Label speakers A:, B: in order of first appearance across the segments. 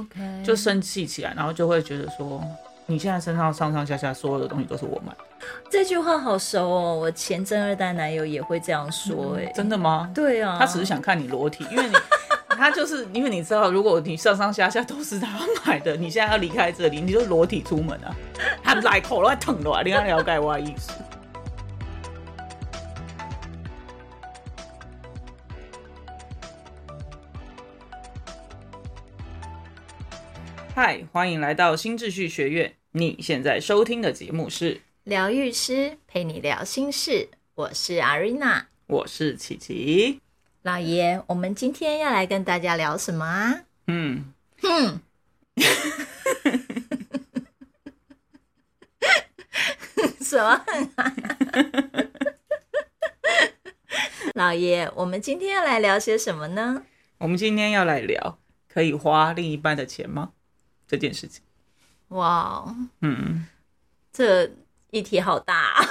A: OK，
B: 就生气起来，然后就会觉得说，你现在身上上上下下所有的东西都是我买，
A: 这句话好熟哦，我前正二代男友也会这样说、哎、
B: 真的吗？
A: 对啊，
B: 他只是想看你裸体，因为你。他就是因为你知道，如果你上上下下都是他买的，你现在要离开这里，你就裸体出门啊！他来口了，疼了，啊你要了解我的意思。嗨，欢迎来到新秩序学院。你现在收听的节目是，
A: 疗愈师陪你聊心事，我是阿瑞娜
B: 我是琪琪。
A: 老爷。我们今天要来跟大家聊什么 啊？
B: 嗯，
A: 嗯，什么 恨啊？老爷，我们今天要来聊些什么呢？
B: 我们今天要来聊可以花另一半的钱吗这件事情。
A: 哇哦，
B: 嗯，
A: 这议题好大、啊，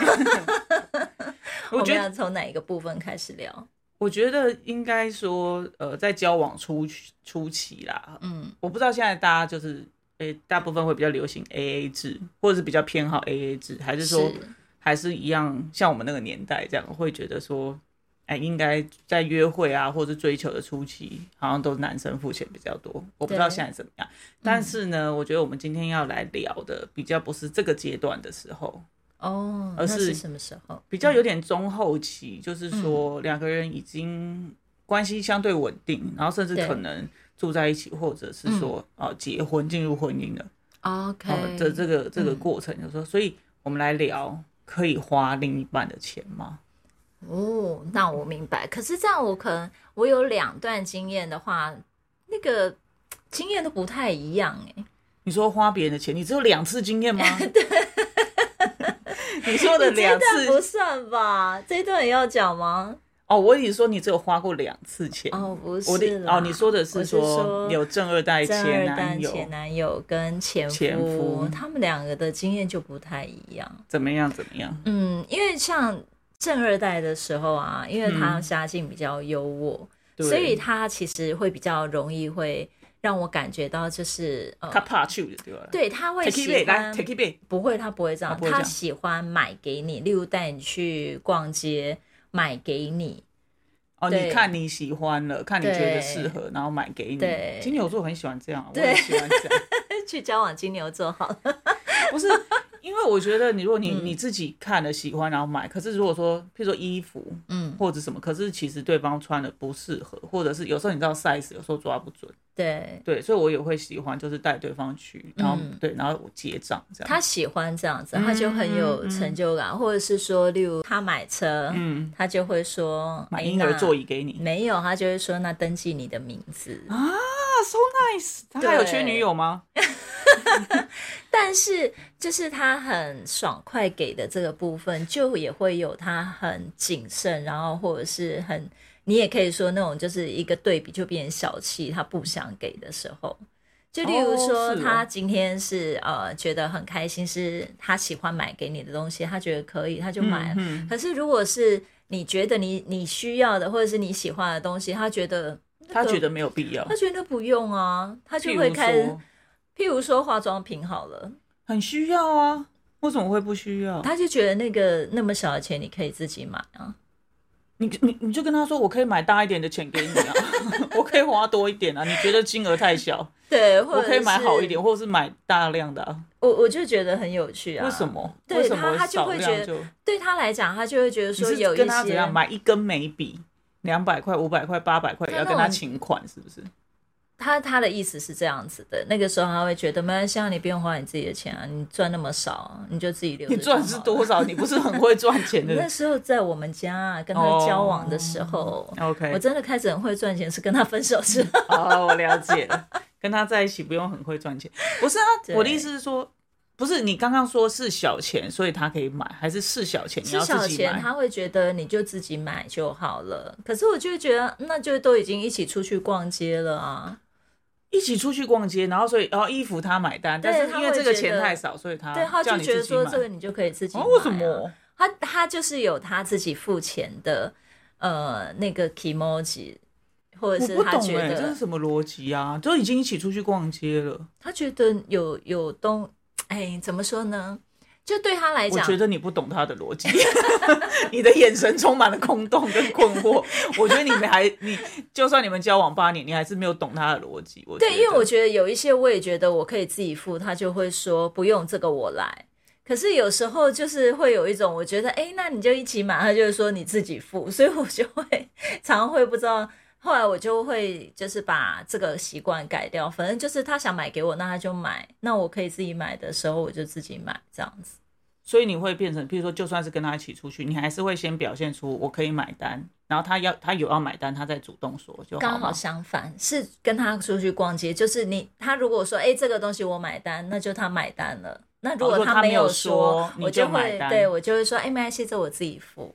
A: 我
B: 我
A: 们
B: 觉得
A: 要从哪一个部分开始聊？
B: 我觉得应该说，呃，在交往初期初期啦，
A: 嗯，
B: 我不知道现在大家就是，诶、大部分会比较流行 A A 制，或者是比较偏好 A A 制，还是说还是一样，像我们那个年代这样，会觉得说，哎、应该在约会啊，或者追求的初期，好像都是男生付钱比较多。我不知道
A: 对嗯
B: 现在怎么样，但是呢，我觉得我们今天要来聊的比较不是这个阶段的时候，
A: 哦，那
B: 而
A: 是
B: 是
A: 什么时候？嗯
B: 比较有点中后期，就是说两个人已经关系相对稳定，然后甚至
A: 对嗯
B: 可能住在一起，或者是说哦结婚进入婚姻了。
A: OK，、
B: 哦，这这个
A: 嗯
B: 这个过程，就是说，所以我们来聊可以花另一半的钱吗？
A: 哦，那我明白。可是这样，我可能我有两段经验的话，那个经验都不太一样哎、
B: 你说花别人的钱，你只有两次 经验吗？对，你说的两
A: 这段不
B: 次
A: 算吧？这一段也要讲吗？
B: 哦，我以为说你只有花过两次钱。
A: 哦，不
B: 我
A: 是
B: 的
A: 啦
B: 哦，你说的
A: 我
B: 是
A: 是说
B: 说有正二代
A: 正
B: 前
A: 二
B: 男
A: 单
B: 友
A: 前男友跟前夫，
B: 前夫
A: 他们两个的经验就不太一样。
B: 怎么样怎么样？
A: 嗯，因为像正二代的时候啊，因为他
B: 嗯
A: 家境比较优渥，
B: 对
A: 所以他其实会比较容易会让我感觉到就是呃
B: 他，怕去就对了。
A: 对他会
B: ，take
A: 喜
B: it back，来
A: 欢。
B: take it back。
A: 不会，他不会这样，
B: 他不会这
A: 他
B: 样
A: 喜欢买给你，例如带你去逛街，买给你。
B: 哦，
A: 对
B: 你看你喜欢了，看你觉
A: 对
B: 得适合，然后买给
A: 对
B: 你。金牛座很喜欢这样，我
A: 对
B: 也喜欢这样。
A: 去交往金牛座好了，
B: 不是，因为我觉得你如果你
A: 嗯
B: 你自己看了喜欢然后买，可是如果说譬如说衣服
A: 嗯，
B: 或者什么，可是其实对方穿的不适合，或者是有时候你知道 size 有时候抓不准，
A: 对，
B: 对，所以我也会喜欢就是带对方去，然后、
A: 嗯
B: 对，然后我结账这样。
A: 他喜欢这样子，
B: 嗯
A: 他就很有成就感，或者是说，例如他买车，
B: 嗯，
A: 他就会说
B: 买婴儿座
A: 椅，
B: 椅给你
A: 那没有，他就会说那登记你的名字。
B: 啊，so nice。他还有缺女友吗？
A: 但是就是他很爽快给的这个部分，就也会有他很谨慎，然后或者是很，你也可以说那种就是一个对比就变小气，他不想给的时候。就例如说，
B: 哦是哦
A: 他今天是、呃觉得很开心，是他喜欢买给你的东西，他觉得可以，他就买了。
B: 嗯，嗯
A: 可是如果是你觉得你你需要的或者是你喜欢的东西，他觉得
B: 他觉得没有必要
A: 他，觉得不用啊，他就
B: 譬
A: 会
B: 如
A: 开始
B: 说，
A: 譬如说化妆品好了。
B: 很需要啊，为什么会不需要？
A: 他就觉得那个那么小的钱你可以自己买啊，
B: 你你你就跟他说，我可以买大一点的钱给你啊， 我可以花多一点啊，你觉得金额太小。
A: 对，或者
B: 我可以买好一
A: 是
B: 点，。或者是买大量的、啊。
A: 我我就觉得很有趣啊，
B: 为什？么？
A: 对
B: 为什么
A: 他他就会
B: 少量
A: 觉
B: 就
A: 对他来讲，他就会觉得
B: 你
A: 说有
B: 是
A: 一
B: 跟他怎
A: 些
B: 样买一根眉笔，两百块、五百块、八百块，
A: 他
B: 也要跟
A: 那
B: 他
A: 种
B: 请款，是不是？
A: 他他的意思是这样子的，那个时候他会觉得没关系啊，你不用花你自己的钱啊，你赚那么少啊，你就自己留着。
B: 你赚是？多少？你不是很会赚钱的
A: 那
B: 人
A: 时候在我们家、啊、跟他交往的时候。我
B: ？OK，
A: 真的开始很会赚钱，是跟他分手之后。
B: 哦，我了解了。跟他在一起不用很会赚钱，不是啊？
A: 对
B: 我的意思是说，不是你刚刚说是小钱，所以他可以买，还是是小嗯钱你
A: 是
B: 要
A: 小
B: 自己
A: 钱，
B: 买？
A: 他会觉得你就自己买就好了。可是我就会觉得，那就都已经一起出去逛街了啊。
B: 一起出去逛街，然后所以然后衣服他买单，
A: 对
B: 但是因
A: 他
B: 为
A: 会
B: 这个
A: 觉得
B: 钱太少，所以他
A: 对，他
B: 啊叫
A: 就
B: 你
A: 觉得
B: 自己
A: 说
B: 买。
A: 这个你就可以自己、
B: 啊？为什？么？
A: 他他就是有他自己付钱的呃那个 emoji，或者
B: 我
A: 是
B: 不
A: 他
B: 懂
A: 觉
B: 哎、这
A: 得
B: 是什么逻辑啊？都已经一起出去逛街了，
A: 他觉得有有东，哎，怎么说呢？就对他来
B: 我
A: 哎讲，
B: 觉得你不懂他的逻辑， 你的眼神充满了空洞跟困 惑。我觉得你们还你，就算你们交往八年，你还是没有懂他的逻辑。我觉
A: 对，因为
B: 得
A: 我觉得有一些我也觉得我可以自己付，他就会说不用这个我来。可是有时候就是会有一种，我觉得哎，诶那你就一起买，他就会说你自己付，所以我就会常常会不知道。后来我就会就是把这个习惯改掉，反正就是他想买给我，那他就买；那我可以自己买的时候，我就自己买这样子。
B: 所以你会变成，譬如说，就算是跟他一起出去，你还是会先表现出我可以买单，然后他要他有要买单，他再主动说就好
A: 刚好
B: 吗？
A: 相反，是跟他出去逛街，就是你他如果说哎、诶这个东西我买单，那就他买单了。那如
B: 哦如
A: 果
B: 果他没
A: 没有
B: 有
A: 说，
B: 说你
A: 我
B: 就买
A: 会
B: 单
A: 对我就会说哎、没关系，这我自己付，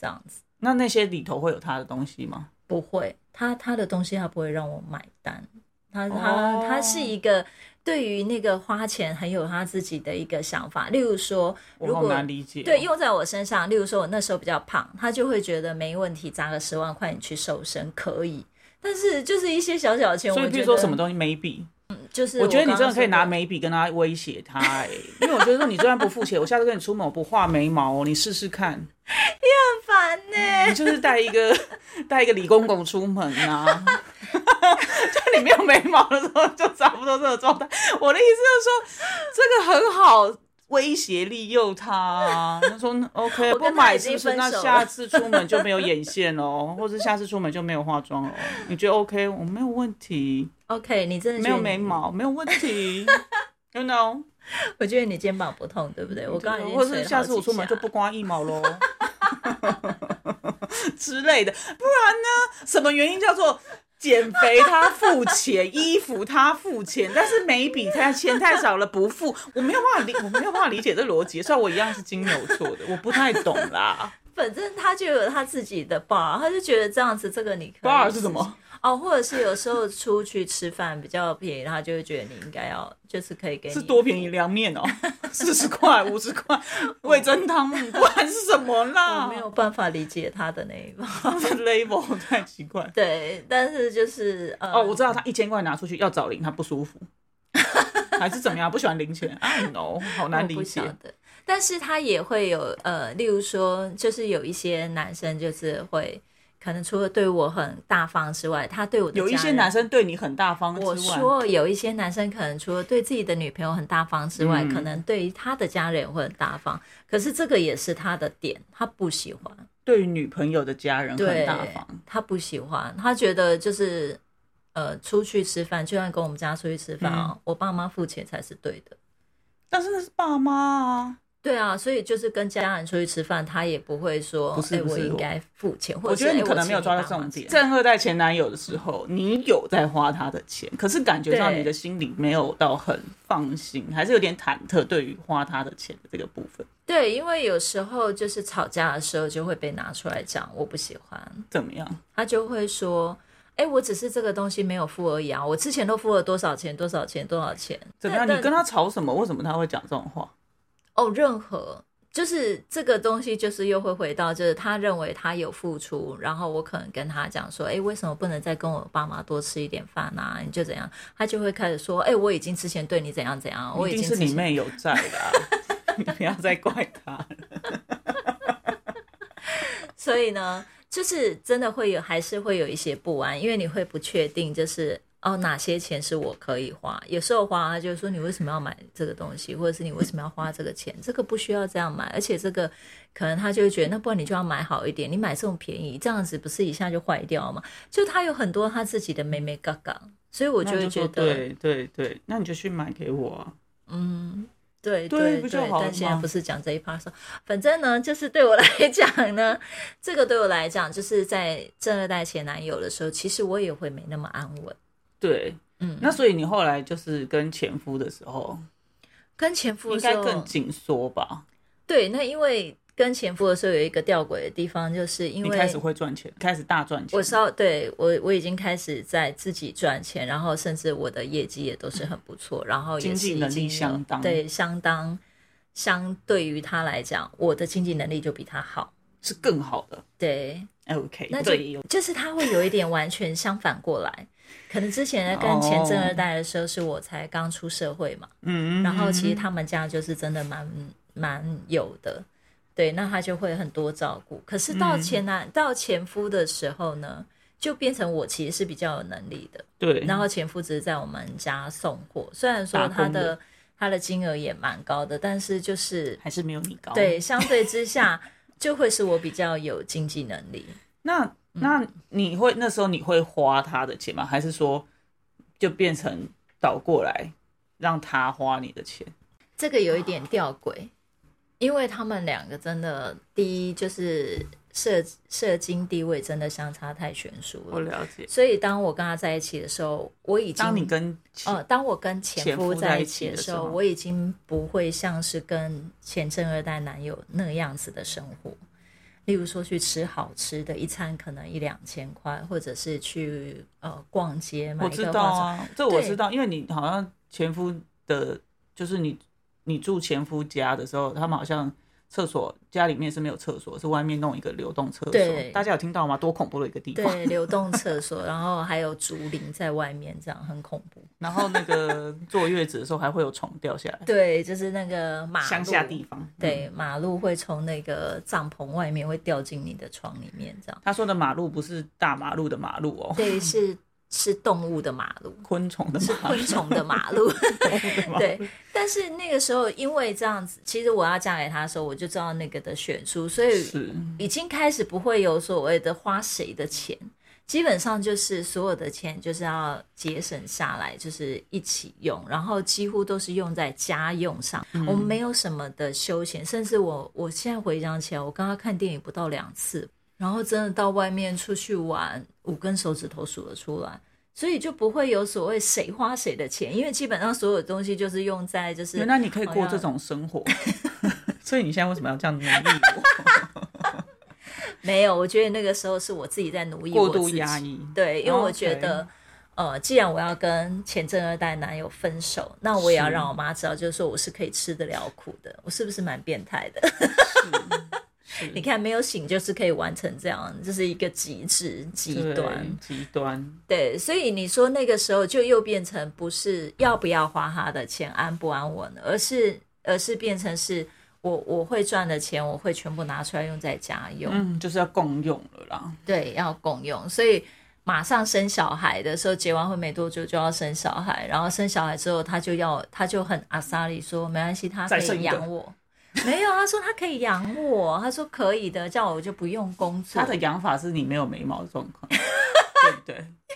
A: 这样子
B: 那那些里头会有他的东西吗？
A: 不会，他他的东西他不会让我买单，他他、
B: 哦
A: 他是一个对于那个花钱很有他自己的一个想法，例如说
B: 我
A: 如
B: 好
A: 果
B: 难理解哦、
A: 对，用在我身上，例如说我那时候比较胖，他就会觉得没问题，砸个十万块你去瘦身可以。但是就是一些小小的钱，
B: 所以
A: 我
B: 譬
A: 觉
B: 如说
A: 得
B: 什么东西眉笔，
A: 就是
B: 我觉得你
A: 刚
B: 真
A: 刚
B: 的可以
A: 说
B: 拿
A: 过
B: 眉笔跟他威胁他、哎，因为我觉得说你就算不付钱，我下次跟你出门我不画眉毛哦，你试试看，
A: 烦呢、
B: 你就是带一个带一个李公公出门啊。 就你没有眉毛的时候，就差不多这个状态。我的意思就是说，这个很好威胁利诱他、啊。他说嗯 OK，
A: 我跟
B: 不
A: 他
B: 买
A: 已
B: 是
A: 经
B: 不是？
A: 分
B: 那
A: 手了
B: 下次出门就没有眼线哦，或者下次出门就没有化妆哦。你觉得 OK？我没有问题，
A: OK，你真的
B: 没
A: 觉得
B: 有
A: 你
B: 眉，毛，没有问 题。You know，
A: 我觉得你肩膀不痛，对不对？我刚刚已经
B: 或
A: 捶
B: 是
A: 了
B: 下
A: 好
B: 次我
A: 几
B: 出门
A: 下
B: 就不刮一毛喽 之类的，不然呢？什么原因叫做减肥他付钱，衣服他付钱，但是眉笔他钱太少了不付，我没有办法理，我没有办法理解这逻辑。虽然我一样是金牛座的，我不太懂啦。
A: 反正他就有他自己的 bar，他就觉得这样子，这个你可以
B: bar 是
A: 自
B: 什
A: 己
B: 么？
A: 哦，或者是有时候出去吃饭比较便宜，他就会觉得你应该要就是可以给你
B: 是多便宜凉面哦，四十块、五十块，味增汤，不然是什么
A: 我
B: 啦
A: 没？有办法理解他的那一方。
B: 这 label 太奇怪。
A: 对，但是就是呃，
B: 哦，我知道他一千块拿出去要找零，他不舒服，还是怎么样？不喜欢零钱？I don't know，好难
A: 我
B: 理
A: 不晓
B: 解。
A: 得。但是他也会有呃，例如说，就是有一些男生就是会，可能除了对我很大方之外，他对我的
B: 有一
A: 家
B: 些
A: 人
B: 男，生对你很大方之
A: 我
B: 外，
A: 说有一些男生可能除了对自己的女朋友很大方之外，
B: 嗯
A: 可能对于他的家人也会很大方。可是这个也是他的点，他不喜欢，
B: 对于女朋友的家人很
A: 对
B: 大方。，
A: 他不喜欢，他觉得就是呃，出去吃饭，就算跟我们家出去吃饭
B: 嗯
A: 啊、我爸妈付钱才是对的。
B: 但是那是爸妈啊，
A: 对啊，所以就是跟家人出去吃饭，他也不会说，
B: 不是
A: 哎
B: 不是
A: 我应该付钱，或
B: 我
A: 者是
B: 觉得你
A: 哎
B: 可能没有抓到
A: 请你
B: 重
A: 帮忙
B: 点。
A: 这样
B: 正二代前男友的时候，你有在花他的钱，可是感觉到
A: 对
B: 你的心里没有到很放心，还是有点忐忑对于花他的钱的这个部分。
A: 对，因为有时候就是吵架的时候就会被拿出来讲，我不喜欢，
B: 怎么样？
A: 他就会说，哎、我只是这个东西没有付而已啊，我之前都付了多少钱，多少钱，多少钱，
B: 怎么样？
A: 但
B: 你跟他吵什么？为什么他会讲这种话？
A: 哦，任何就是这个东西，就是又会回到，就是他认为他有付出，然后我可能跟他讲说，哎，为什么不能再跟我爸妈多吃一点饭啊？你就怎样，他就会开始说，哎，我已经之前对你怎样怎样，哦我
B: 一
A: 已
B: 定
A: 经
B: 是
A: 之
B: 你
A: 前
B: 妹有 在啦、你不要再怪他了。
A: 所以呢，就是真的会有，还是会有一些不安，因为你会不确定，就是哦哪些钱是我可以花。有时候花，他就说你为什么要买这个东西，或者是你为什么要花这个钱？这个不需要这样买，而且这个可能他就会觉得，那不然你就要买好一点，你买这种便宜，这样子不是一下就坏掉吗？就他有很多他自己的妹妹嘎嘎，所以我
B: 我
A: 就会觉得，
B: 对对对，那你就去买给我啊。
A: 嗯。对
B: 对
A: 对
B: 不就好了
A: 但现在
B: 吗
A: 不是讲这一趴，说反正呢，就是对我来讲呢，这个对我来讲，就是在正二代前男友的时候，其实我也会没那么安稳。
B: 对，
A: 嗯，
B: 那所以你后来就是跟前夫的时候，
A: 跟前夫
B: 应
A: 的
B: 该
A: 时候，
B: 更紧缩吧？
A: 对，那因为跟前夫的时候有一个吊诡的地方，就是因
B: 你
A: 为
B: 开始会赚钱，开始大赚钱。
A: 我稍对我我已经开始在自己赚钱，然后甚至我的业绩也都是很不错，然后也
B: 经济
A: 是已
B: 能力
A: 经有
B: 相当
A: 对相当，相对于他来讲，我的经济能力就比他好。
B: 是更好的。
A: 对，
B: OK，
A: 那就
B: 对，有
A: 就是他会有一点完全相反过来。可能之前在跟前正二代的时候，是我才刚出社会嘛，
B: 嗯嗯，
A: 然后其实
B: 嗯
A: 他们家就是真的蛮蛮有的，对，那他就会很多照顾。可是到前男、
B: 嗯
A: 到前夫的时候呢，就变成我其实是比较有能力的，
B: 对，
A: 然后前夫只是在我们家送货，虽然说
B: 打
A: 他
B: 工的
A: 的他的金额也蛮高的，但是就是
B: 还是没有你高。
A: 对，相对之下就会是我比较有经济能力。
B: 那
A: 嗯
B: 那你会那时候你会花他的钱吗？还是说就变成倒过来让他花你的钱？
A: 这个有一点吊诡，因为他们两个真的，第一就是社社经地位真的相差太悬殊了，
B: 了解。
A: 所以当我跟他在一起的时候，我已经
B: 哦当你跟前
A: 呃，当我跟前夫在一起的时
B: 前夫在一起的时候
A: 候，我已经不会像是跟前正二代男友那样子的生活。例如说去吃好吃的，一餐可能一两千块，或者是去呃逛街买
B: 我
A: 一
B: 知
A: 个
B: 道
A: 化妆
B: 啊，这我
A: 对
B: 知道，因为你好像前夫的，就是你你住前夫家的时候，他们好像厕所家里面是没有厕所，是外面弄一个流动厕所
A: 对。
B: 大家有听到吗？多恐怖的一个地方。
A: 对，流动厕所，然后还有竹林在外面，这样很恐怖。
B: 然后那 个坐月子的时候还会有虫掉下来，
A: 对，就是那个马路
B: 乡下地方。嗯，
A: 对，马路会从那个帐篷外面会掉进你的床里面， 这样。
B: 他说的马路不是大马路的马路哦，
A: 对，是是动物的马 路，
B: 昆虫的
A: 是
B: 马路
A: 昆。虫的马 路。
B: 马路
A: 对，但是那个时候因为这样子，其实我要嫁给他的时候，我就知道那个的选书，所以
B: 是，
A: 已经开始不会有所谓的花谁的钱，基本上就是所有的钱就是要节省下来，就是一起用，然后几乎都是用在家用上。
B: 嗯
A: 我们没有什么的休闲，甚至我我现在回想起来，我刚刚看电影不到两次，然后真的到外面出去玩，五根手指头数得出来。所以就不会有所谓谁花谁的钱，因为基本上所有东西就是用在就是
B: 原来你可以
A: 好
B: 过
A: 像
B: 这种 生活，所以你现在为什么要这样奴役我？
A: 没有，我觉得那个时候是我自己在奴役
B: 过
A: 我
B: 度
A: 自己
B: 压抑。
A: 对，因为我觉
B: 哦 OK
A: 得呃，既然我要跟前正二代男友分手，那我也要
B: 是
A: 让我妈知道，就是说我是可以吃得了苦的，我是不是蛮变态的？
B: 是
A: 你看，没有醒就是可以完成这样，这是一个极致极
B: 对
A: 端。
B: 极端，
A: 对，所以你说那个时候就又变成不是要不要花他的钱安不安稳，而是而是变成是我我会赚的钱，我会全部拿出来用在家用。
B: 嗯，就是要共用了啦。
A: 对，要共用，所以马上生小孩的时候，结完婚没多久就要生小孩，然后生小孩之后，他就要他就很阿萨里说没关系，他可
B: 再生
A: 以
B: 一个
A: 养我。没有，他说他可以养我，他说可以的，叫我就不用工作。
B: 他的养法是你没有眉毛的状 况，对不对？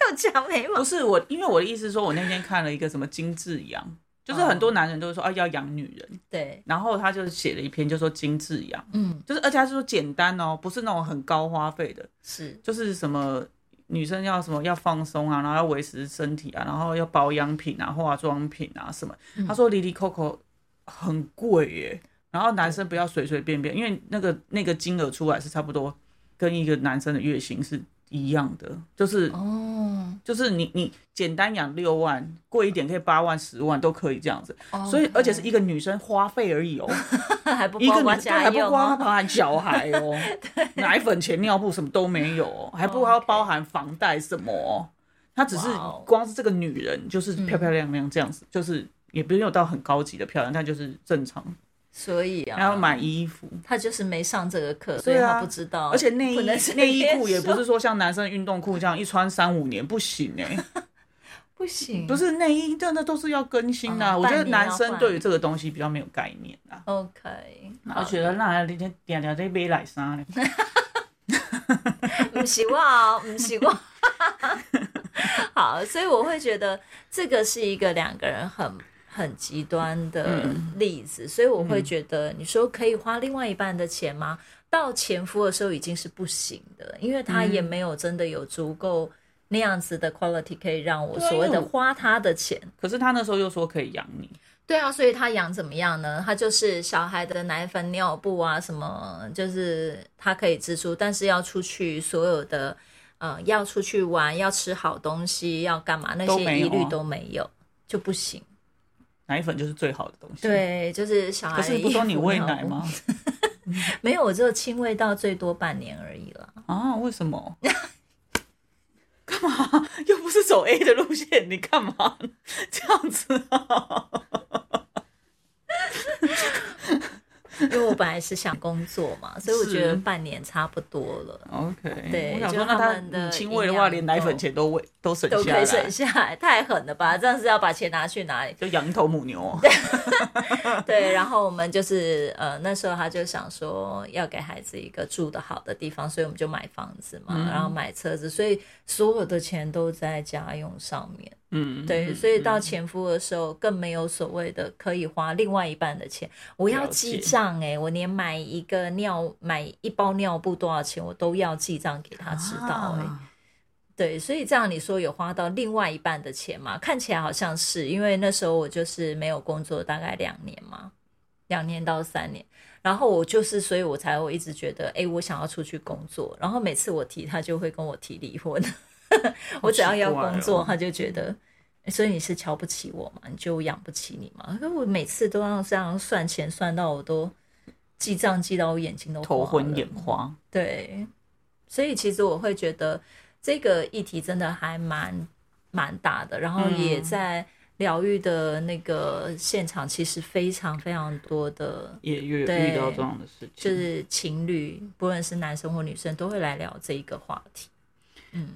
A: 又讲没毛
B: 不，是我，因为我的意思是说，我那天看了一个什么精致羊，就是很多男人都会说啊要养女人，
A: 对，
B: 然后他就写了一篇就说精致羊，
A: 嗯，
B: 就是而且他是说简单哦，不是那种很高花费的，
A: 是，
B: 就是什么女生要什么要放松啊，然后要维持身体啊，然后要保养品啊、化妆品啊什么。
A: 嗯
B: 他说 Lily Coco 很贵耶，然后男生不要随随便便，因为那个那个金额出来是差不多跟一个男生的月薪是一样的，就是
A: 哦，
B: 就是你你简单养六万，贵一点可以八万、十万都可以这样子。
A: 哦
B: 所以而且是一个女生花费而已哦，
A: 还不
B: 一个
A: 包
B: 女
A: 括
B: 生
A: 家
B: 还不
A: 用
B: 包
A: 哦，
B: 含小孩 哦，奶粉钱、尿布什么都没有、哦，还不
A: OK
B: 要包含房贷什么、哦。她只是
A: 哇哦嗯
B: 光是这个女人，就是漂漂亮亮这样子，就是也不用到很高级的漂亮，但就是正常。
A: 所以
B: 然后
A: 啊，
B: 买衣服，
A: 他就是没上这个课，所以
B: 对啊
A: 他不知道。
B: 而且内衣
A: 不能随
B: 内衣
A: 便
B: 裤也不
A: 说
B: 是说像男生运动裤这样一穿三五年不行哎、
A: 不行，
B: 不是内衣，真的都是要更新的啊、
A: 哦
B: 我觉得
A: 半年要
B: 男生
A: 换
B: 对于这个东西比较没有概念啊。
A: OK，
B: 我觉得那你天点点在买奶衫嘞，
A: 不习惯哦，不习惯。 好，所以我会觉得这个是一个两个人很很极端的
B: 嗯
A: 例子，所以我会觉得你说可以花另外一半的钱吗？到前夫的时候已经是不行的，因为他也
B: 嗯
A: 没有真的有足够那样子的 quality 可以让我
B: 对啊
A: 所谓
B: 因为
A: 的
B: 我
A: 花他的钱。
B: 可是他那时候又说可以养你，
A: 对啊，所以他养怎么样呢？他就是小孩的奶粉、尿布啊，什么就是他可以支出，但是要出去所有的，呃，要出去玩，要吃好东西，要干嘛那
B: 都
A: 些
B: 没有
A: 一律
B: 啊
A: 都没有，就不行。
B: 奶粉就是最好的东西。，
A: 对，就是小孩。
B: 可是你不说你喂奶吗？？
A: 没有，我只有亲喂到最多半年而已啦。
B: 啊？为 什么？干嘛？又不是走 A 的路线，你干嘛这样子啊？
A: 因为我本来是想工作嘛，所以我觉得
B: 是
A: 半年差不多了，
B: OK，
A: 对
B: 我想
A: 就
B: 说，那
A: 他
B: 他
A: 们的
B: 母亲喂
A: 营
B: 的话，
A: 养
B: 连奶粉
A: 够
B: 钱都喂都省
A: 都
B: 下
A: 可以
B: 来，
A: 省下来，太狠了吧？这样是要把钱拿去哪里？
B: 就羊头母牛哦。
A: 对，然后我们就是呃那时候他就想说要给孩子一个住的好的地方，所以我们就买房子嘛，
B: 嗯
A: 然后买车子，所以所有的钱都在家用上面。
B: 嗯，
A: 对，所以到前夫的时候更没有所谓的可以花另外一半的钱，我要
B: 了
A: 记
B: 解
A: 账哎、我连买一个尿买一包尿布多少钱，我都要记账给他知道哎、
B: 啊
A: 对，所以这样你说有花到另外一半的钱吗？看起来好像是，因为那时候我就是没有工作，大概两年嘛，两年到三年。然后我就是，所以我才会一直觉得，哎，我想要出去工作。然后每次我提，他就会跟我提离婚。 我只要要工作，
B: 好奇怪哦
A: 他就觉得，诶所以你是瞧不起我嘛？你觉得我养不起你嘛？可我每次都要这样算钱，算到我都记账记到我眼睛都花
B: 头
A: 了
B: 昏眼花。
A: 对，所以其实我会觉得这个议题真的还蛮蛮大的，然后也
B: 嗯
A: 在疗愈的那个现场，其实非常非常多的，
B: 也遇
A: 对
B: 遇到这样的事情，
A: 就是情侣，不论是男生或女生，都会来聊这一个话题。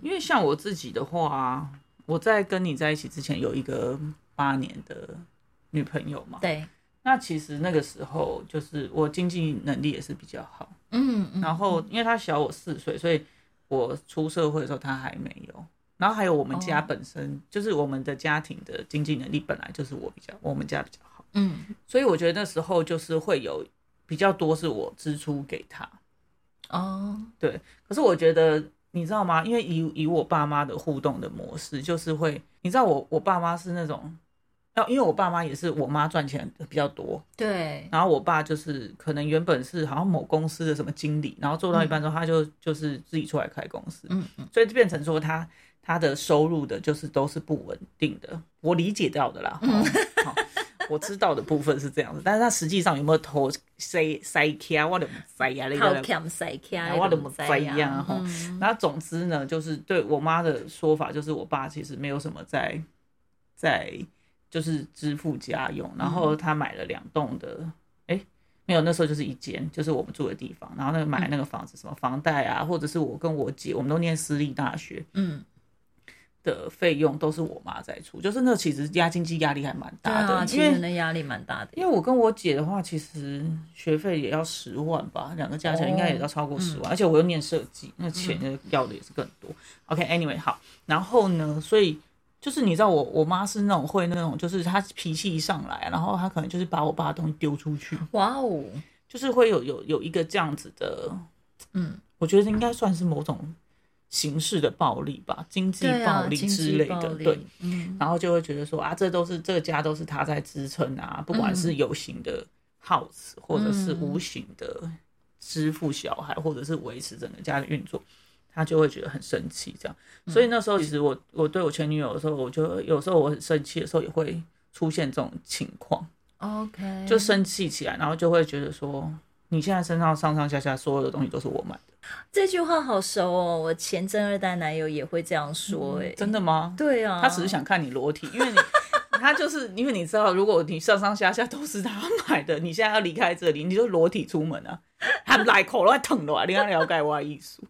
B: 因为像我自己的话，我在跟你在一起之前有一个八年的女朋友嘛，
A: 对，
B: 那其实那个时候就是我经济能力也是比较好，
A: 嗯，嗯
B: 然后因为她小我四岁，所以我出社会的时候她还没有。然后还有我们家
A: 哦
B: 本身、就是我们的家庭的经济能力本来就是我比较我们家比较好，
A: 嗯，
B: 所以我觉得那时候就是会有比较多是我支出给她。
A: 哦，
B: 可是我觉得，你知道吗？因为以以我爸妈的互动的模式，就是会，你知道我我爸妈是那种，要因为我爸妈也是我妈赚钱比较多，
A: 对，
B: 然后我爸就是可能原本是好像某公司的什么经理，然后做到一半之后，他就就是自己出来开公司，
A: 嗯嗯，
B: 所以就变成说他他的收入的就是都是不稳定的，我理解到的啦。
A: 嗯
B: 哦好我知道的部分是这样子，但是他实际上有没有偷塞塞卡，我都不塞呀、啊，那
A: 靠
B: 个
A: 欠塞起来，
B: 我
A: 怎
B: 怎么栽呀啊吼
A: 啊嗯
B: 那总之呢，就是对我妈的说法，就是我爸其实没有什么在在就是支付家用，然后
A: 嗯
B: 他买了两栋的，哎、没有，那时候就是一间，就是我们住的地方，然后那个买那个房子，什么房贷啊，或者是我跟我姐，我们都念私立大学
A: 嗯，
B: 的费用都是我妈在出，就是那其实压经济压力还蛮
A: 对
B: 大的，
A: 啊，其
B: 因
A: 实
B: 为。
A: 那压力蛮大的，
B: 因为我跟我姐的话，其实学费也要十万吧，两个加起来应该
A: 哦
B: 也要超过
A: 嗯
B: 十万，而且我又念设计，那钱要的也是更多。OK，anyway，、好，然后呢，所以就是你知道我我妈是那种会那种，就是她脾气一上来，然后她可能就是把我爸的东西丢出去，
A: 哇哦，
B: 就是会有有有一个这样子的，
A: 嗯，
B: 我觉得应该算是某种形式的暴力吧，经济
A: 对啊
B: 暴力
A: 经
B: 之
A: 济
B: 类
A: 暴
B: 的，
A: 力
B: 对。
A: 嗯
B: 然后就会觉得说啊，这都是这个家都是他在支撑啊，不管是有形的 house，、或者是无形的支付小孩，或者是维持整个家的运作，他就会觉得很生气这样。所以那时候其实我我对我前女友的时候，我就有时候我很生气的时候也会出现这种情况，
A: ，OK，
B: 就生气起来，然后就会觉得说。你现在身上上上下下所有的东西都是我买的，
A: 这句话好熟哦，我前真二代男友也会这样说、哎、
B: 嗯真的吗？
A: 对啊，
B: 他只是想看你裸体，因为你 他就是因为你知道，如果你上上下下都是他买的，你现在要离开这里，你就裸体出门啊，还来口都还疼了啊！你要了解我的艺术，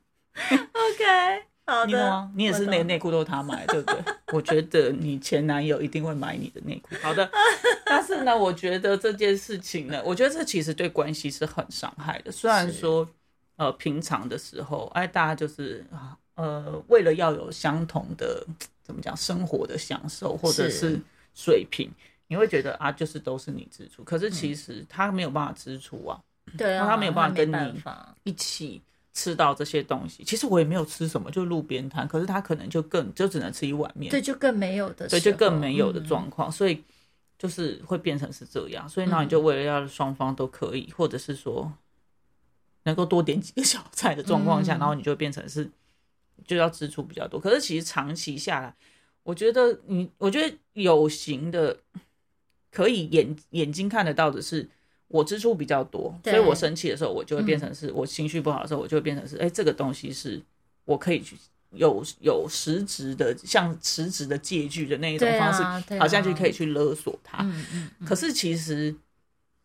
A: OK，好
B: 你懂
A: 的，
B: 吗？你也是
A: 我
B: 内
A: 懂
B: 内裤都是他买，对 不对？我觉得你前男友一定会买你的内裤。好的， 但是呢，我觉得这件事情呢，我觉得这其实对关系是很伤害的。虽然
A: 是
B: 说，呃，平常的时候，哎，大家就是啊呃，为了要有相同的怎么讲生活的享受或者
A: 是
B: 是水平，你会觉得啊，就是都是你支出，可是其实他没有办法支出啊，
A: 对啊，
B: 他没有办法跟你
A: 他没办法
B: 一起吃到这些东西。其实我也没有吃什么，就路边摊，可是他可能就更就只能吃一碗面，
A: 对，就更没有的时
B: 对，
A: 候，
B: 就更没有的
A: 嗯
B: 状况，所以就是会变成是这样。所以那你
A: 嗯
B: 就为了要双方都可以，或者是说能够多点几个小菜的状况下，
A: 嗯
B: 然后你就变成是就要支出比较多。可是其实长期下来，我觉得你，我觉得有形的可以眼眼睛看得到的是，我支出比较多，
A: 对嗯
B: 所以我生气的时候，我就会变成是、我情绪不好的时候，我就会变成是，哎、这个东西是我可以去有有实质的，像实质的借据的那一种
A: 对啊
B: 方式，
A: 对啊
B: 好像就可以去勒索他。
A: 嗯嗯，
B: 可是其实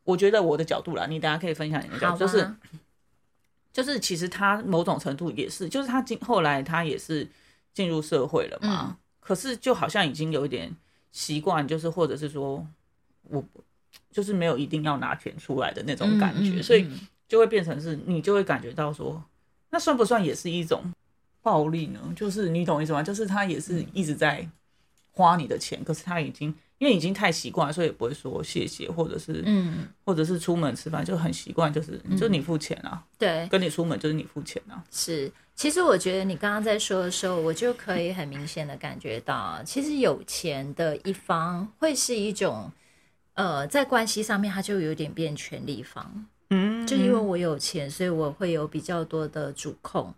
B: 我觉得我的角度啦，你大家可以分享你的角
A: 好吧，啊
B: 度，就是就是其实他某种程度也是，就是他进后来他也是进入社会了嘛，
A: 嗯
B: 可是就好像已经有一点习惯，就是或者是说我就是没有一定要拿钱出来的那种感觉，
A: 嗯嗯
B: 所以
A: 嗯
B: 就会变成是你就会感觉到说，那算不算也是一种暴力呢？就是你懂我意思吗？就是他也
A: 嗯
B: 是一直在花你的钱，可是他已经因为已经太习惯了，所以也不会说谢谢，或者是、
A: 嗯，
B: 或者是出门吃饭就很习惯，就是就你付钱啊，
A: 对，
B: 跟你出门就是你付钱啊。
A: 是。其实我觉得你刚刚在说的时候，我就可以很明显的感觉到，其实有钱的一方会是一种，呃，在关系上面他就有点变权力方，
B: 嗯，
A: 就因为我有钱，所以我会有比较多的主控。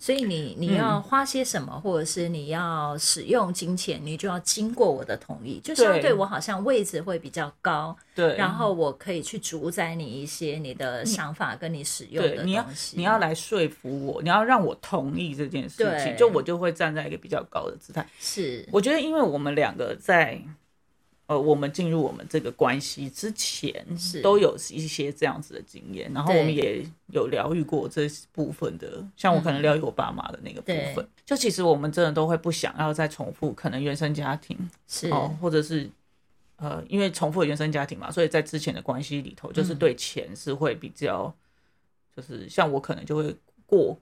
A: 所以你你
B: 嗯
A: 要花些什么，或者是你要使用金钱，你就要经过我的同意。就相对
B: 对
A: 我好像位置会比较高，
B: 对，
A: 然后我可以去主宰你一些你的想法跟你使用
B: 对
A: 的
B: 你要
A: 东西。
B: 你要来说服我，你要让我同意这件事
A: 对
B: 情，就我就会站在一个比较高的姿态。
A: 是
B: 我觉得，因为我们两个在呃，我们进入我们这个关系之前
A: 是，
B: 都有一些这样子的经验，然后
A: 对
B: 我们也有疗愈过这部分的，像我可能疗愈我爸妈的那个
A: 嗯
B: 部
A: 对
B: 分。就其实我们真的都会不想要再重复可能原生家庭
A: 是，
B: 哦，或者是。呃，因为重复的原生家庭嘛，所以在之前的关系里头，就是
A: 嗯
B: 对钱是会比较，就是像我可能就会过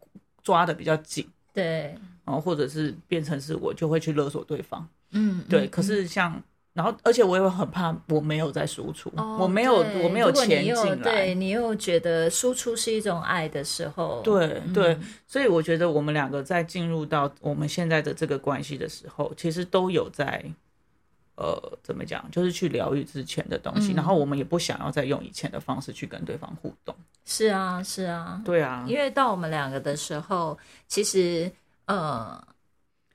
B: 抓的比较紧，
A: 对，
B: 然后或者是变成是我就会去勒索对方，
A: 嗯，
B: 对，
A: 嗯嗯
B: 可是像，然后而且我也很怕我没有在输出，
A: 哦
B: 我没有
A: 对
B: 我没有
A: 如果你
B: 钱
A: 又
B: 进
A: 对
B: 来，
A: 你又觉得输出是一种爱的时候，
B: 对
A: 嗯
B: 对，所以我觉得我们两个在进入到我们现在的这个关系的时候，其实都有在。呃，怎么讲？就是去疗愈之前的东西，
A: 嗯
B: 然后我们也不想要再用以前的方式去跟对方互动。
A: 是啊是啊，
B: 对啊，
A: 因为到我们两个的时候，其实呃，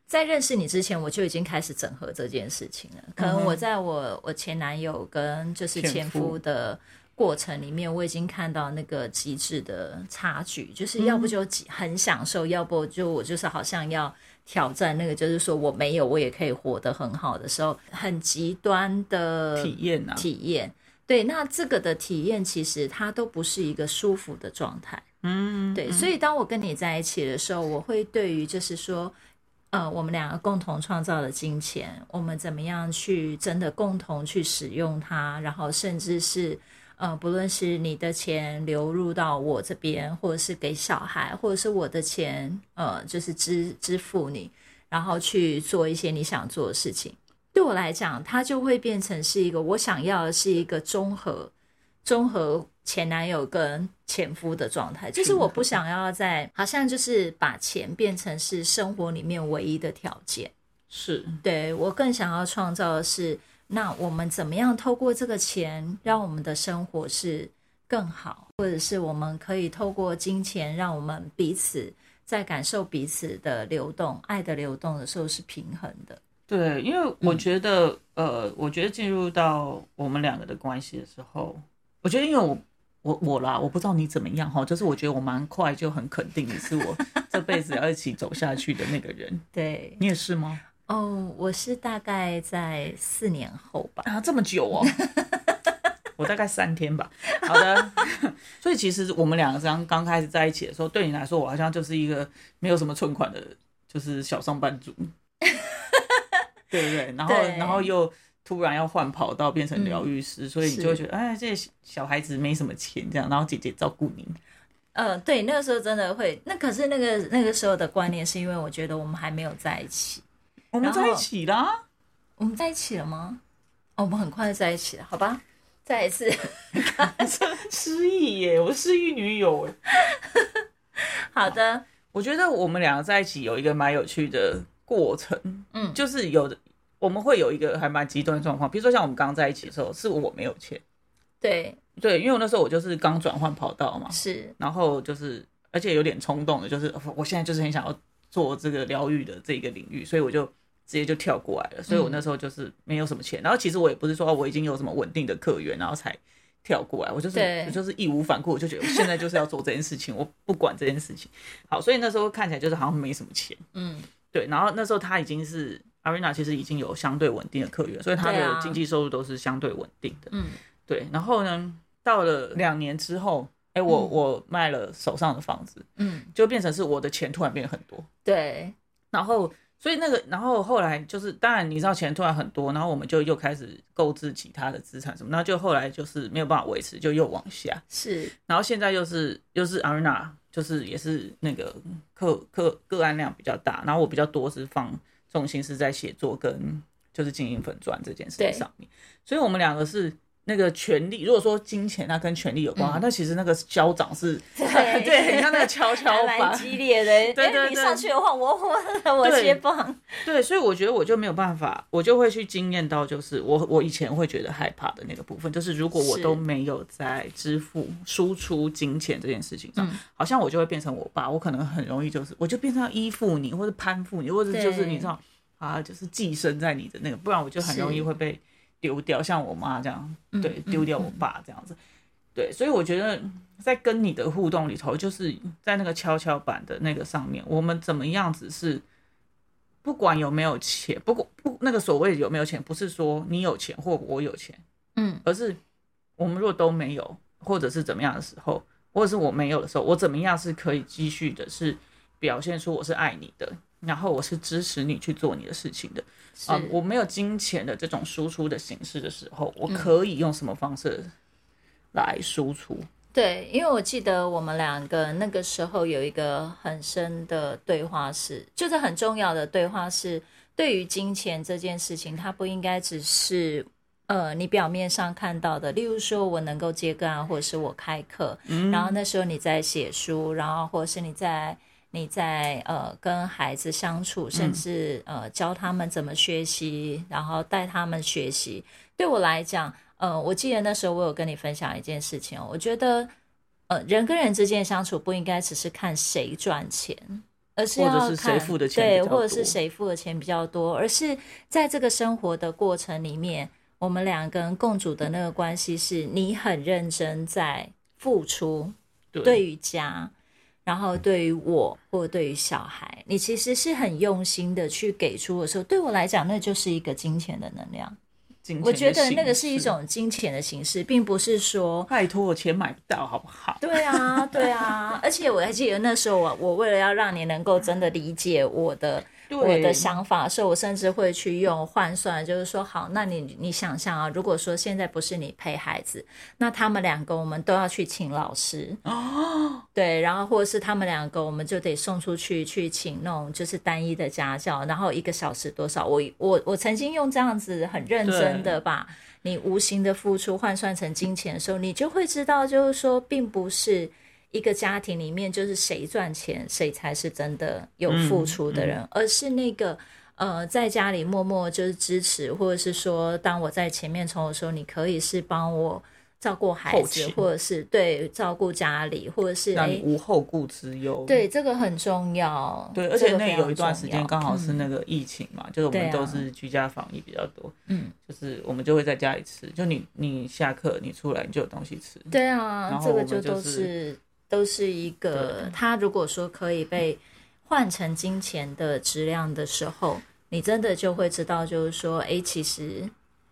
A: 在认识你之前，我就已经开始整合这件事情了。可能我在我我前男友跟就是前
B: 嗯前夫
A: 夫的过程里面，我已经看到那个极致的差距，就是
B: 嗯
A: 要不就极很享受，要不就我就是好像要。挑战那个就是说我没有我也可以活得很好的时候，很极端的
B: 体验啊，
A: 体验。对，那这个的体验其实它都不是一个舒服的状态。
B: 嗯，
A: 对，所以当我跟你在一起的时候，我会对于就是说，呃，我们两个共同创造的金钱，我们怎么样去真的共同去使用它，然后甚至是呃，不论是你的钱流入到我这边，或者是给小孩，或者是我的钱，呃，就是支支付你，然后去做一些你想做的事情。对我来讲，它就会变成是一个我想要的是一个综合综合前男友跟前夫的状态，就是我不想要再好像就是把钱变成是生活里面唯一的条件。
B: 是
A: 对我更想要创造的是，那我们怎么样透过这个钱，让我们的生活是更好，或者是我们可以透过金钱，让我们彼此在感受彼此的流动、爱的流动的时候是平衡的。
B: 对，因为我觉得，呃，我觉得进入到我们两个的关系的时候，我觉得因为我我我啦，我不知道你怎么样哈，就是我觉得我蛮快就很肯定你是我 这辈子要一起走下去的那个人，
A: 对，
B: 你也是吗？
A: 哦，我是大概在四年后吧。
B: 啊，这么久哦。 我大概三天吧。好的， 所以其实我们两个刚刚开始在一起的时候，对你来说，我好像就是一个没有什么存款的，就是小上班 族，对不对？然后
A: 对
B: 然后又突然要换跑道变成疗愈师，所以你
A: 是
B: 就会觉得，哎，这些小孩子没什么钱这样，然后姐姐照顾你，
A: 呃，对，那个时候真的会，那可是那个那个时候的观念，是因为我觉得我们还没有在一起。
B: 我们在一起啦。
A: 我们在一起了吗？哦，我们很快就在一起了，好吧？再一次，
B: 失忆耶，我失忆女友哎。
A: 好的，
B: 我觉得我们两个在一起有一个蛮有趣的过程，
A: 嗯
B: 就是有的我们会有一个还蛮极端的状况，比如说像我们刚在一起的时候，是我没有钱，
A: 对，
B: 对，因为我那时候我就是刚转换跑道嘛，
A: 是，
B: 然后就是而且有点冲动的，就是呃我现在就是很想要做这个疗愈的这个领域，所以我就。直接就跳
A: 嗯
B: 过来了，所以我那时候就是没有什么钱，然后其实我也不是说哦我已经有什么稳定的客源，然后才跳过来，我就是
A: 对
B: 我就是义无反顾，我就觉得我现在就是要做这件事情，我不管这件事情。好，所以那时候看起来就是好像没什么钱，
A: 嗯，
B: 对。然后那时候他已经是 Arena，其实已经有相对稳定的客源，所以他
A: 对
B: 的
A: 啊
B: 经济收入都是相对稳定的。
A: 嗯，
B: 对。然后呢，到了两年之后，哎、我
A: 嗯
B: 我卖了手上的房子，
A: 嗯，
B: 就变成是我的钱突然变得很多。
A: 对，
B: 然后，所以那个，然后后来就是，当然你知道钱突然很多，然后我们就又开始购置其他的资产什么，然后就后来就是没有办法维持，就又往下。
A: 是，
B: 然后现在又是又是 Arena，就是也是那个客客个案量比较大，然后我比较多是放重心是在写作跟就是经营粉砖这件事情
A: 对
B: 上面，所以我们两个是。那个权力，如果说金钱它跟权力有关啊，那其实那个消长是，
A: 嗯对
B: 对，你看那个跷跷
A: 还
B: 板
A: 蛮，激烈的。
B: 对对
A: 哎，你
B: 对
A: 上去的话，我我 我
B: 对
A: 接棒。
B: 对，所以我觉得我就没有办法，我就会去经验到，就是我我以前会觉得害怕的那个部分，就是如果我
A: 是
B: 都没有在支付输出金钱这件事情上，
A: 嗯
B: 好像我就会变成我爸，我可能很容易就是我就变成要依附你，或者攀附你，或者就是你知道啊，就是寄生在你的那个，不然我就很容易
A: 是
B: 会被丢掉，像我妈这样，
A: 嗯
B: 对，
A: 嗯
B: 丢掉我爸这样子。对，所以我觉得在跟你的互动里头，就是在那个跷跷板的那个上面，我们怎么样子是不管有没有钱，不过不那个所谓有没有钱，不是说你有钱或我有钱，
A: 嗯，
B: 而是我们如果都没有，或者是怎么样的时候，或者是我没有的时候，我怎么样是可以继续的，是表现出我是爱你的，然后我是支持你去做你的事情的。
A: 是
B: 啊、我没有金钱的这种输出的形式的时候，
A: 嗯
B: 我可以用什么方式来输出？
A: 对，因为我记得我们两个那个时候有一个很深的对话是，就是很重要的对话是，对于金钱这件事情，它不应该只是呃你表面上看到的，例如说我能够接个案，或者是我开课，然后那时候你在写书，然后或者是你在。你在呃跟孩子相处，甚至
B: 嗯
A: 呃教他们怎么学习，然后带他们学习。对我来讲，呃，我记得那时候我有跟你分享一件事情哦，我觉得呃人跟人之间相处不应该只是看谁赚钱，而是
B: 或
A: 要看
B: 者是谁付的钱比
A: 对，
B: 较
A: 或者是
B: 多
A: 谁付的钱比较多，而是在这个生活的过程里面，我们两个人共处的那个关系是你很认真在付出，
B: 对
A: 对于家，然后对于我或对于小孩，你其实是很用心的去给出的时候，对我来讲，那就是一个金钱的能量。
B: 金钱的
A: 我觉得那个是
B: 形
A: 一
B: 式
A: 种金钱的形式，并不是说。
B: 拜托，我钱买不到，好不好？
A: 对啊，对啊， 而且我还记得那时候我，我为了要让你能够真的理解我的
B: 对
A: 我的想法，所以我甚至会去用换算，就是说，好，那你你想象啊，如果说现在不是你陪孩子，那他们两个我们都要去请老师，
B: 哦，
A: 对，然后或者是他们两个，我们就得送出去去请那种就是单一的家教，然后一个小时多少？我我我曾经用这样子很认真的把你无形的付出换算成金钱的时候，你就会知道，就是说，并不是一个家庭里面就是谁赚钱谁才是真的有付出的人，
B: 嗯
A: 而是那个。呃，在家里默默就是支持，或者是说，当我在前面冲的时候，你可以是帮我照顾孩
B: 后
A: 子，
B: 勤
A: 或者是对照顾家里，或者是
B: 让
A: 诶
B: 你无后顾之忧。
A: 对，这个很重要。
B: 对，而
A: 这
B: 且
A: 个
B: 那
A: 非
B: 有
A: 常
B: 一段
A: 重
B: 时间
A: 要嗯
B: 刚好是那个疫情嘛，就是我
A: 对
B: 们
A: 啊
B: 都是居家防疫比较多，
A: 嗯，
B: 就是我们就会在家里吃，就你你下课你出来你就有东西吃，
A: 对啊
B: 然，后
A: 这个
B: 我们就
A: 都
B: 是
A: 是都是一个，它如果说可以被换成金钱的质量的时候，你真的就会知道，就是说，哎，其实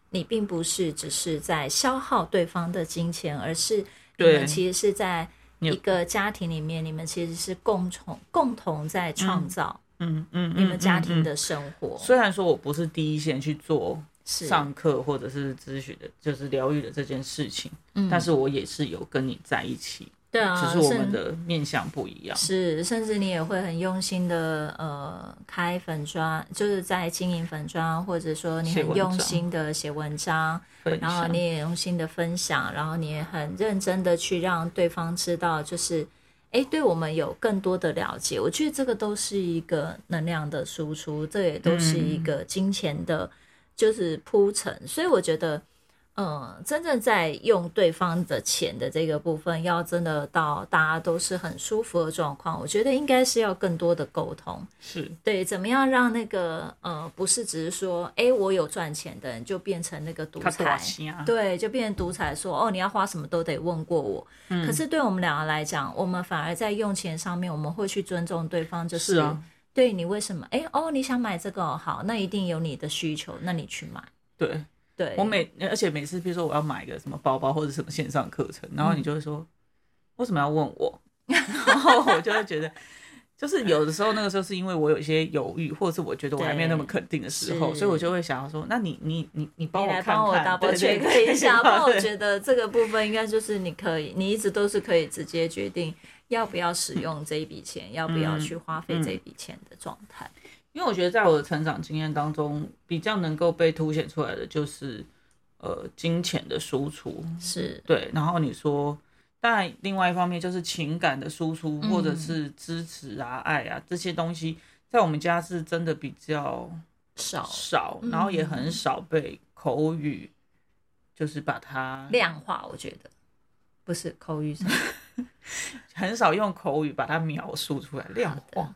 A: 你并不是只是在消耗对方的金钱，而是你
B: 对
A: 们其实是在
B: 你
A: 一
B: 有
A: 个家庭里面，你们其实是共同共同在创造
B: 嗯嗯，
A: 你们家庭
B: 的。嗯
A: 的生活，
B: 虽然说我不是第一线去做
A: 是
B: 上课或者是咨询的，就是疗愈的这件事情，
A: 嗯
B: 但是我也是有跟你在一起，
A: 对啊，
B: 只是我
A: 甚
B: 们的面向不一样。
A: 是，甚至你也会很用心的呃开粉砖，就是在经营粉砖，或者说你
B: 写
A: 很
B: 文
A: 用
B: 章
A: 心的写文章，
B: 分
A: 然后
B: 享
A: 你也用心的分享，然后你也很认真的去让对方知道，就是哎，诶对我们有更多的了解。我觉得这个都是一个能量的输出，这也都是一个金钱的，就是铺陈。所以我觉得，嗯，真正在用对方的钱的这个部分，要真的到大家都是很舒服的状况，我觉得应该是要更多的沟通。
B: 是
A: 对，怎么样让那个呃，不是只是说，哎、我有赚钱的人就变成那个独
B: 他
A: 裁，
B: 打心啊，
A: 对，就变成独裁说，哦，你要花什么都得问过我。
B: 嗯
A: 可是对我们两个来讲，我们反而在用钱上面，我们会去尊重对方，就是
B: 啊，
A: 对你为什么，哎、哦，你想买这个哦、好，那一定有你的需求，那你去买。
B: 对
A: 对，
B: 我每而且每次，比如说我要买一个什么包包或者什么线上课程，然后你就会说、为什么要问我？然后我就会觉得，就是有的时候那个时候是因为我有一些犹豫，或者是我觉得我还没有那么肯定的时候，
A: 是
B: 所以我就会想要说，那你你你你帮
A: 你
B: 我
A: 来
B: 看
A: 帮我
B: 看，
A: double
B: 对对
A: check
B: 对
A: 一 下，不然我
B: 对
A: 觉得这个部分应该就是你可以，你一直都是可以直接决定要不要使用这一笔
B: 嗯
A: 钱，要不要去花费这笔钱的状态。
B: 因为我觉得在我的成长经验当中，比较能够被凸显出来的就是呃金钱的输出，
A: 是，
B: 对。然后你说，当然另外一方面就是情感的输出，
A: 嗯
B: 或者是支持啊、爱啊这些东西，在我们家是真的比较
A: 少
B: 少，
A: 嗯
B: 然后也很少被口语就是把它
A: 量化，我觉得不是口语上
B: 很少用口语把它描述出来，量
A: 好
B: 化，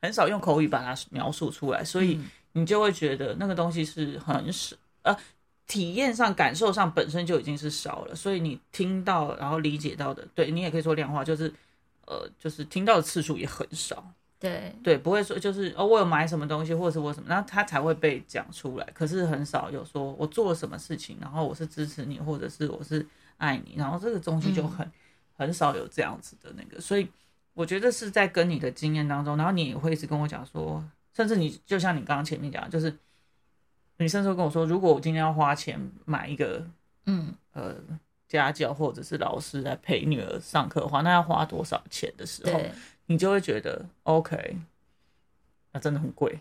B: 很少用口语把它描述出来，所以
A: 嗯
B: 你就会觉得那个东西是很少，呃，体验上、感受上本身就已经是少了，所以你听到然后理解到的，对你也可以说量化，就是呃，就是听到的次数也很少，
A: 对
B: 对，不会说就是哦，我有买什么东西，或者是我有什么，那他才会被讲出来。可是很少有说我做了什么事情，然后我是支持你，或者是我是爱你，然后这个东西就很、很少有这样子的那个。所以我觉得是在跟你的经验当中，然后你也会一直跟我讲说，甚至你就像你刚刚前面讲的，就是你甚至会跟我说，如果我今天要花钱买一个
A: 嗯
B: 呃家教或者是老师来陪女儿上课的话，那要花多少钱的时候，
A: 对
B: 你就会觉得 OK，那、真的很贵。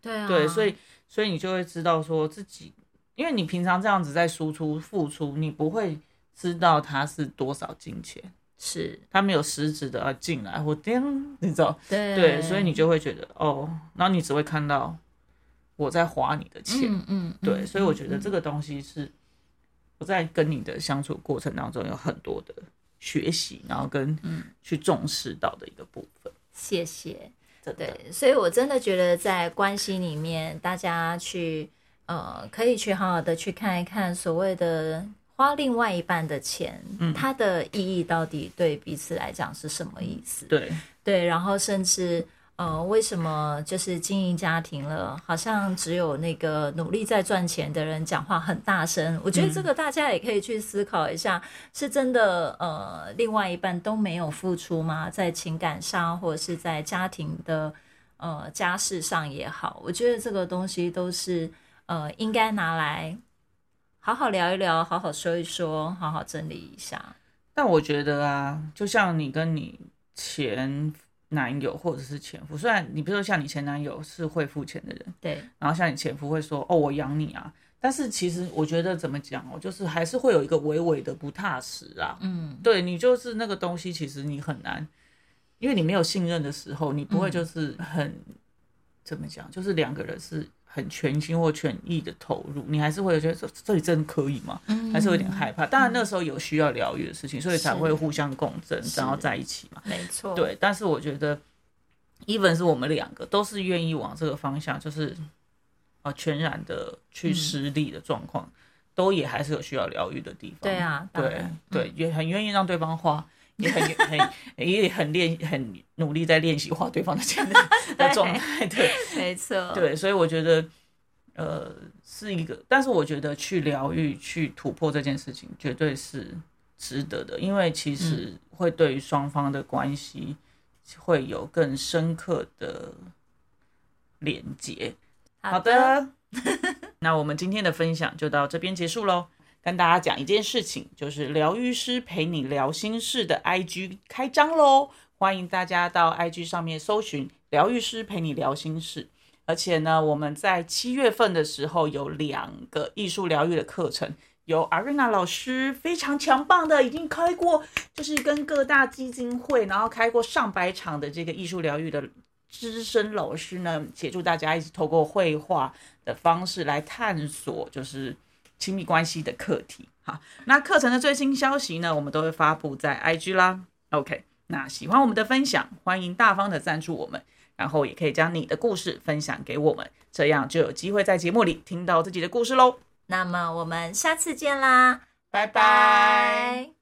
A: 对啊，
B: 对，所以所以你就会知道说自己，因为你平常这样子在输出付出，你不会知道它是多少金钱，
A: 是
B: 它没有实质的要进来或颠，你知道？
A: 对
B: 对，所以你就会觉得哦，然后你只会看到我在花你的钱。
A: 嗯嗯，
B: 对，
A: 嗯
B: 所以我觉得
A: 嗯
B: 这个东西是我在跟你的相处过程当中有很多的学习，然后跟
A: 嗯
B: 去重视到的一个部分。
A: 谢谢。
B: 真的，
A: 对，所以我真的觉得在关系里面，大家去呃，可以去好好的去看一看所谓的花另外一半的钱，
B: 嗯
A: 它的意义到底对彼此来讲是什么意思？
B: 对，
A: 对，然后甚至呃，为什么就是经营家庭了，好像只有那个努力在赚钱的人讲话很大声？我觉得
B: 嗯
A: 这个大家也可以去思考一下，是真的呃，另外一半都没有付出吗？在情感上，或者是在家庭的呃家事上也好，我觉得这个东西都是呃应该拿来。好好聊一聊，好好说一说，好好整理一下。
B: 但我觉得啊，就像你跟你前男友或者是前夫，虽然你比如说像你前男友是会付钱的人，
A: 对，
B: 然后像你前夫会说哦我养你啊，但是其实我觉得怎么讲哦，就是还是会有一个微微的不踏实啊。
A: 嗯，
B: 对你就是那个东西，其实你很难，因为你没有信任的时候，你不
A: 嗯
B: 会就是很、怎么讲，就是两个人是很全心或全意的投入，你还是会觉得这这里真的可以吗？还是有点害怕。当然那时候有需要疗愈的事情，所以才
A: 嗯是
B: 会互相共振，
A: 是
B: 然后在一起嘛。
A: 没错，
B: 对，但是我觉得，even 是我们两个都是愿意往这个方向，就是啊全然的
A: 嗯
B: 去失利的状况，都也还是有需要疗愈的地方。
A: 对啊当
B: 对
A: 然
B: 对，也很愿意让对方花。也很 很也很练很努力在练习花对方的钱的 的状态，对
A: 没错，
B: 对，所以我觉得，呃，是一个，但是我觉得去疗愈、去突破这件事情，绝对是值得的，因为其实会对于双方的关系会有更深刻的连接。好的， 那我们今天的分享就到这边结束喽。跟大家讲一件事情，就是疗愈师陪你聊心事的 IG 开张喽，欢迎大家到 IG 上面搜寻“疗愈师陪你聊心事”。而且呢，我们在七月份的时候有两个艺术疗愈的课程，由 Arena 老师非常强棒的，已经开过，就是跟各大基金会，然后开过上百场的这个艺术疗愈的资深老师呢，协助大家一起透过绘画的方式来探索，就是亲密关系的课题。好，那课程的最新消息呢，我们都会发布在 IG 啦。OK，那喜欢我们的分享，欢迎大方的赞助我们，然后也可以将你的故事分享给我们，这样就有机会在节目里听到自己的故事喽。
A: 那么我们下次见啦，
B: 拜
A: 拜。